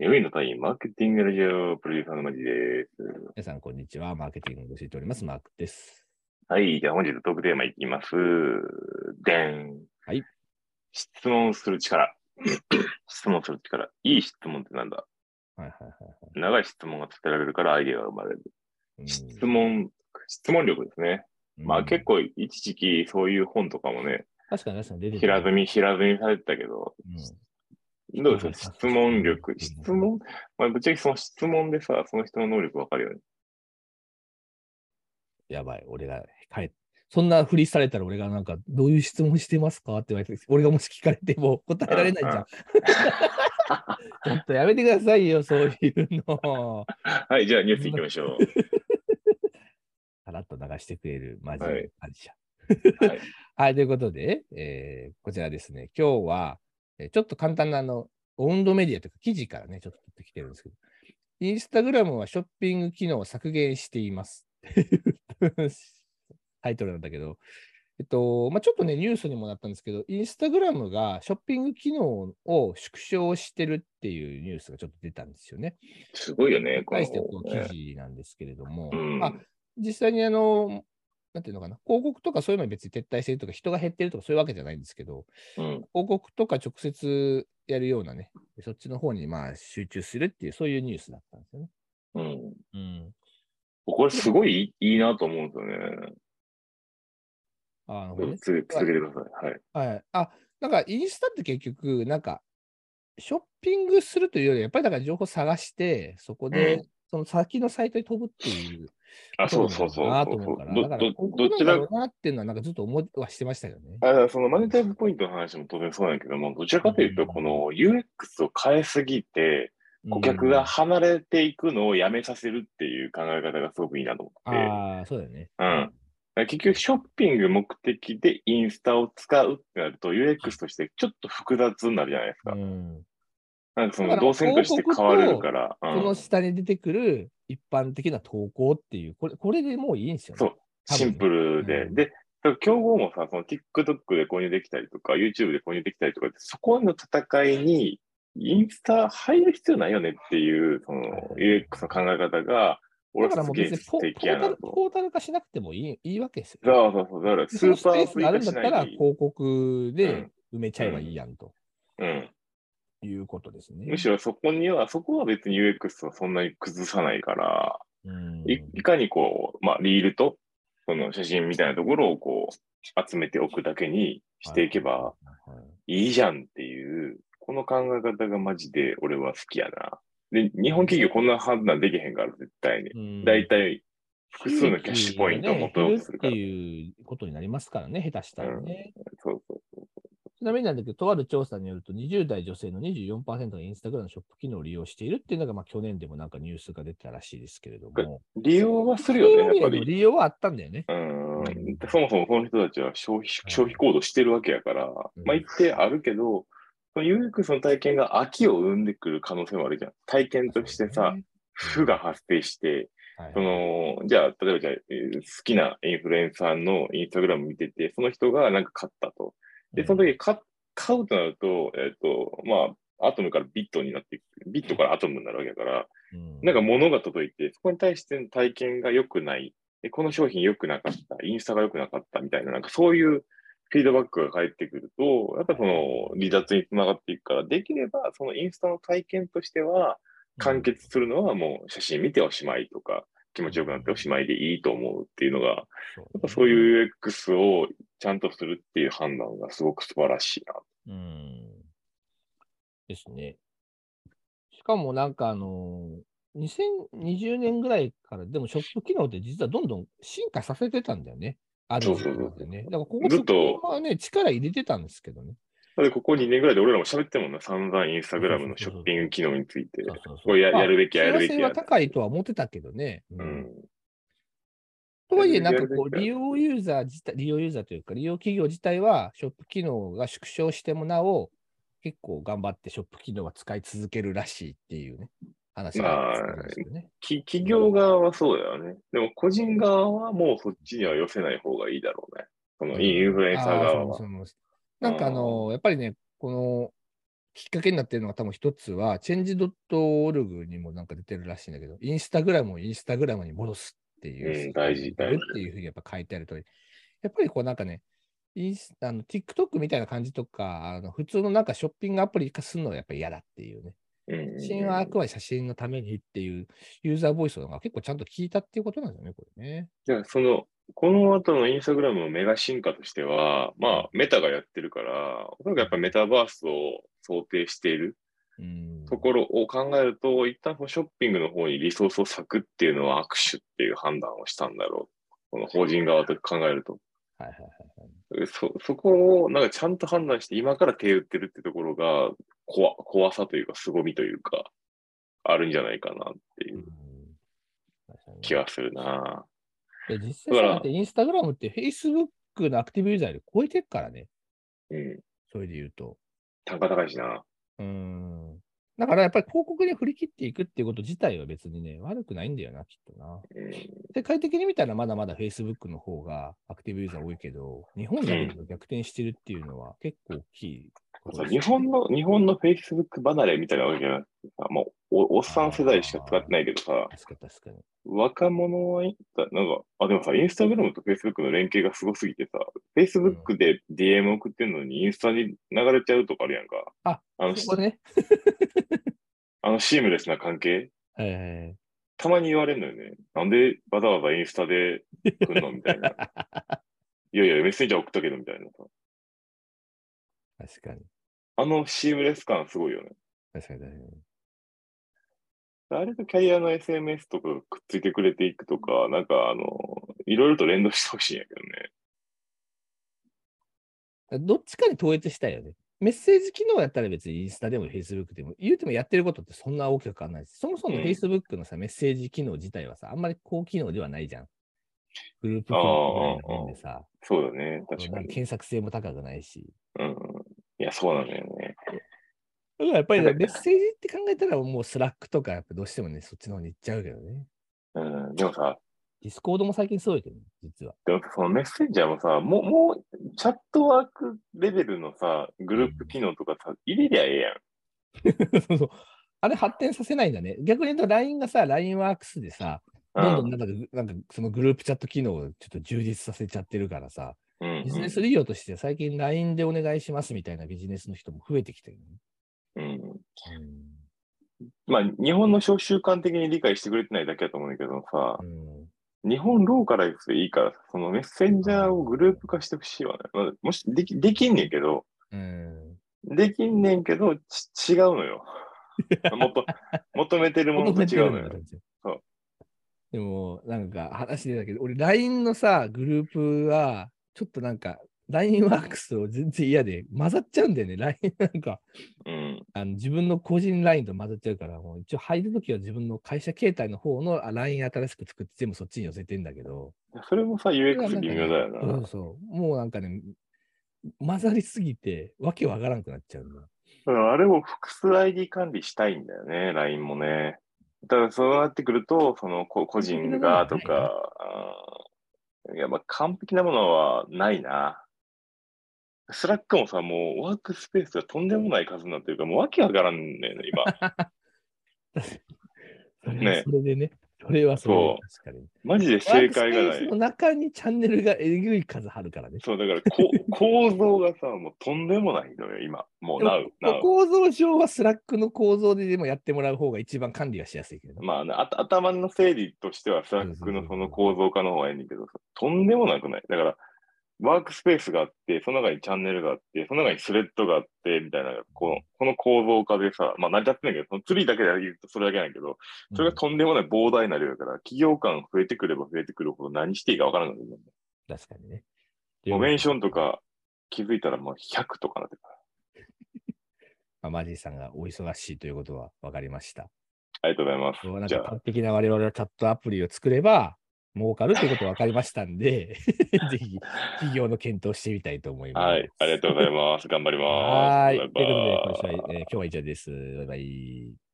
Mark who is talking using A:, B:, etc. A: 海の隊員、マーケティングラジオプロデューサーのマジです。
B: 皆さん、こんにちは。マーケティングを教えております。マークです。
A: はい、じゃあ本日のトークテーマいきます。でん。
B: はい。
A: 質問する力。 質問する力。いい質問ってなんだ
B: はいはいはいは
A: 長い質問が立てられるからアイデアが生まれる。
B: い。
A: 質問、質問力ですね。
B: うん、
A: まあ結構一時期そういう本とかもね、
B: 確かに確かに出て
A: 平積み平積みされてたけど、どうで
B: はい
A: すか質問力
B: う。ん
A: 質問まあぶっちゃけその質問でさ、その人の能力わかるよね。
B: うんやばい、俺が帰っそんなふりされたら俺がなんか、どういう質問してますかって言われて、俺がもし聞かれても答えられないじゃん。 ちょっとやめてくださいよ、そういうの。
A: はい、じゃあニュース行きましょ
B: さらっと流してくれる、マジ
A: はい
B: で感謝。
A: う。はい。
B: はい、ということで、えーこちらですね、今日は、えーちょっと簡単なあの、オウンドメディアというか記事からね、ちょっと取ってきてるんですけど、インスタグラムはショッピング機能を削減しています。 っていうタイトルなんだけど、えっと、まあ、ちょっとね、ニュースにもなったんですけど、インスタグラムがショッピング機能を縮小してるっていうニュースがちょっと出たんですよね。
A: すごいよね、この
B: 対して
A: 方
B: こう
A: ね。
B: 記事なんですけれども、
A: うん
B: まあ、実際にあの、なんていうのかな、広告とかそういうのに別に撤退してるとか、人が減ってるとかそういうわけじゃないんですけど、
A: うん
B: 広告とか直接やるようなね、そっちの方にまあ集中するっていう、そういうニュースだったんですよね。
A: うん、
B: うん。
A: これすごいいいいなと思うんですよね。
B: あの、
A: うん
B: ね、
A: 続け続けてください。はい。
B: はい。あ、なんかインスタって結局、なんか、ショッピングするというよりは、やっぱりだから情報探して、そこ
A: う
B: で、その先のサイトに飛ぶっていう
A: あ、
B: こ
A: そう
B: と
A: そうそう
B: な
A: そ
B: のかなと思う
A: うど
B: から、だから、
A: ど
B: 広告
A: ど
B: なん
A: ち
B: だ
A: ら
B: ろうなっていうのは、なんかずっと思いはしてましたよね。
A: あだからそのマネタイズポイントの話も当然そうなんだけども、どちらかというと、
B: うん
A: この UX を変えすぎて、顧客が離れていくのをやめさせるっていう考え方がすごくいいなと思
B: う
A: っ
B: ん、
A: て。
B: ああ、そうだよね。
A: うんだから結局、ショッピング目的でインスタを使うってなると、UX としてちょっと複雑になるじゃないですか。
B: うん
A: なんかその
B: だから
A: 動線として変われるから。う
B: そ
A: ん
B: の下に出てくる一般的な投稿っていう、これこれでもういいんですよね。
A: そうシンプルで、
B: うん
A: で、競合もさ、その TikTok で購入できたりとか、YouTube で購入できたりとかって、そこの戦いに、インスタ入る必要ないよねっていう、その
B: はい
A: UX の考え方が、俺
B: だか
A: はす
B: らもう
A: げえ
B: 別にポポ
A: 素敵や
B: ータ
A: な
B: ル
A: と
B: ポ
A: 思う。
B: ータル化しなくてもいいいいわけですよ。
A: そうそうそう、だからス
B: その
A: ー
B: ス
A: パ
B: ペ
A: ー
B: ー
A: ス
B: ス
A: イ
B: がある
A: ー
B: ん
A: し
B: だった
A: な
B: ら、
A: い。
B: 広告
A: うん
B: で埋めちゃえばいいやんと
A: うん、
B: いうことですね。
A: むしろそこには、そこは別に UX はそんなに崩さないから、
B: うん
A: いいかにこう、まあ、リールと、その写真みたいなところをこう、集めておくだけにしていけば、
B: はいはい
A: いいじゃんっていう、この考え方がマジで俺は好きやな。で、日本企業こんな判断できへんから、絶対に。
B: うん
A: 大体、複数のキャッシュポイントを持とうとするから。
B: 収益がね減るっていうことになりますからね、下手したらね。
A: そうそうそう。
B: ちなみになんだけど、とある調査によると、20代女性の24%がインスタグラムのショップ機能を利用しているっていうのが、まあ、去年でもなんかニュースが出てたらしいですけれども、
A: 利用は するよね、やっぱ
B: の
A: り。
B: 利用はあったんだよね。
A: うん
B: うん
A: そもそもその人たちは消費消費行動してるわけやから、
B: ん
A: まあ一定あるけど、そのユークスの体験が秋を生んでくる可能性もあるじゃん。体験としてさ、負が発生して、
B: はい、
A: その、じゃあ、例えばじゃあ、えー好きなインフルエンサーのインスタグラム見てて、その人がなんか買ったと。で、その時買買うとなると、えっ、と、まあ、アトムからビットになっていく、ビットからアトムになるわけだから、
B: うん、
A: なんか物が届いて、そこに対しての体験が良くない、でこの商品良くなかった、インスタが良くなかったみたいな、なんかそういうフィードバックが返ってくると、やっぱその離脱につながっていくから、できればそのインスタの体験としては、完結するのはもう写真見ておしまいとか、気持ちよくなっておしまいでいいと思うっていうのが、
B: うん、
A: やっぱそういう UX をちゃんとするっていう判断がすごく素晴らしいな。
B: うん。ですね。しかもなんかあのー、2020年ぐらいから、でもショップ機能って実はどんどん進化させてたんだよね。ある時期
A: そうそうそう
B: までね。だからここ
A: ずっと
B: そこはね、力入れてたんですけどね。
A: だってここ2年ぐらいで俺らも喋ってたもんな、散々インスタグラムのショッピング機能について。
B: そうそうそう
A: これや
B: まあ
A: やるべきやるべき
B: 親和性
A: や
B: は高いとは思ってたけどね。う
A: うんん。
B: とはいえ、
A: や
B: なん
A: るべ
B: か
A: き
B: こう、
A: やるべき
B: 利用ユーザー自体、利用ユーザーというか、利用企業自体は、ショップ機能が縮小してもなお、結構頑張ってショップ機能は使い続けるらしいっていうね、話があるんですよね。
A: き企業側はそうだよね。でも個人側はもうそっちには寄せない方がいいだろうね。そのインフルエンサー
B: あー
A: 側
B: そう
A: は。
B: そうそうなんかあの、やっぱりね、この、きっかけになってるのが多分一つは、change.org にもなんか出てるらしいんだけど、インスタグラムをインスタグラムに戻すっていう。
A: うん大事大事
B: っていうふうにやっぱ書いてある通り。やっぱりこうなんかね、インスあの TikTok みたいな感じとか、あの普通のなんかショッピングアプリ化するのはやっぱり嫌だっていうね。
A: うん
B: 写真はあくまで写真のためにっていうユーザーボイスのが結構ちゃんと聞いたっていうことなんですよね、これね。
A: じゃあ、その、この後のインスタグラムのメガ進化としては、まあ、メタがやってるから、おそらくやっぱメタバースを想定している
B: うん。
A: ところを考えると、一旦こうショッピングの方にリソースを割くっていうのは握手っていう判断をしたんだろう。この法人側と考えると。
B: はいはいはい。
A: そ、そこをなんかちゃんと判断して今から手打ってるってところが、怖、怖さというか凄みというか、あるんじゃないかなっていう気がするな。
B: で実際さ、だってインスタグラムって Facebook のアクティブユーザーより超えてるからね、
A: うん。
B: それで言うと。
A: 単価高いしな。
B: うん。だからやっぱり広告に振り切っていくっていうこと自体は別にね、悪くないんだよな、きっとな。
A: うん。
B: 世界的に見たらまだまだ Facebook の方がアクティブユーザー多いけど、日本だけでも逆転してるっていうのは結構大きいことです
A: 日
B: よね。
A: 本の、日本の Facebook 離れみたいなわけじゃなくてさ、もうお、おっさん世代しか使ってないけどさ、
B: 確かに確かに。
A: 若者はいなんか、あ、でもさ、インスタグラムと Facebook の連携がすごすぎてさ、Facebook で DM 送ってんのにインスタに流れちゃうとかあるやんか。
B: あ、
A: あの、
B: そこね。
A: あのシームレスな関係
B: はいはいはい
A: たまに言われるのよね。なんでわざわざインスタで来んのみた いな。いやいや、メッセンジャー送ったけどみたいなさ。
B: 確かに。
A: あのシームレス感すごいよね。
B: 確かに確かに。
A: あれとキャリアの SMS とかがくっついてくれていくとか、なんかあの、いろいろと連動してほしいんやけどね。
B: どっちかに統一したいよね。メッセージ機能やったら別にインスタでも Facebook でも、言うてもやってることってそんな大きく変わらないし、そもそも
A: うん
B: Facebook のさ、メッセージ機能自体はさ、あんまり高機能ではないじゃん。グループ機能みたいなもんでさ、
A: そうだね。確か
B: なんか
A: に。
B: 検索性も高くないし。
A: うん。いや、そうなんだよね。
B: だからやっぱりね、
A: なん
B: メ
A: か
B: ッセージって考えたらもう Slack とか、やっぱどうしてもね、そっちの方に行っちゃうけどね。
A: うん。でもさ、
B: Discord も最近すごいけどね、実は。
A: でもそのメッセンジャーもさ、もう、もう、チャットワークレベルのさ、グループ機能とかさ、入れりゃええやん。
B: そうそう。あれ発展させないんだね。逆に言うと LINE がさ、LINEWorks でさ、どんどんなんか、なんかそのグループチャット機能をちょっと充実させちゃってるからさ、
A: うん。うん
B: ビジネス利用として最近 LINE でお願いしますみたいなビジネスの人も増えてきてる、ね
A: うん。まあ、日本の小習慣的に理解してくれてないだけだと思うんだけどさ
B: う、ん。
A: 日本ローカライズでいいから、そのメッセンジャーをグループ化してほしいわね。まあ、もし、でき、できんねんけど、
B: うん。
A: できんねんけど、ち違うの よ。もっと、求めてるものと違うのよ。そう
B: でも、なんか話でだけど、俺 LINE のさ、グループは、ちょっとなんか、LINEWorks を全然嫌で混ざっちゃうんだよね。LINE なんか、
A: うん。
B: あの自分の個人 LINE と混ざっちゃうから、もう一応入るときは自分の会社携帯の方のあ LINE 新しく作って全部そっちに寄せてんだけど、
A: それもさ、UX 微妙だよ
B: そ
A: な
B: う。そう、もうなんかね、混ざりすぎて、わけわからんくなっちゃうんだ。
A: だからあれを複数 ID 管理したいんだよね、LINE もね。ただそうなってくると、そのこ個人がとか、あーいや、まあ完璧なものはないな。スラックもさ、もうワークスペースがとんでもない数になってるから、もうわけわからんねよね、 今。
B: それは
A: ね
B: それでね、それはそれで
A: そ
B: 確かに。
A: マジで正解が
B: ワーク
A: な
B: スペース
A: い
B: の。中にチャンネルがえぐい数貼るからね。
A: そう、だからこ構造がさ、もうとんでもないのよ、今。もう
B: でも
A: なう、なう。
B: 構造上はスラックの構造ででもやってもらう方が一番管理はしやすいけどね。
A: まあね、あた頭の整理としては、スラックのその構造化の方がいいんだけど、とんでもなくない。だから、ワークスペースがあって、その中にチャンネルがあって、その中にスレッドがあって、みたいな、このこの構造化でさ、まあ成り立ってんだけど、そのツリーだけで言うとそれだけなんだけど、それがとんでもない膨大な量だから、企業間増えてくれば増えてくるほど何していいかわからなくなる。
B: うん確かにね。
A: もうメンションとか気づいたらもう100とかなってくる。
B: まあマジーさんがお忙しいということは分かりました。
A: ありがとうございます。
B: そうなん
A: じ
B: か
A: ゃあ、
B: 完璧な我々のチャットアプリを作れば、儲かるということが分かりましたん で、ぜひ企業の検討してみたいと思います。
A: はい、ありがとうございます。頑張ります。
B: はー
A: バ
B: い。
A: イバイ
B: ということで、今週はえー今日は以上です。バイバイ。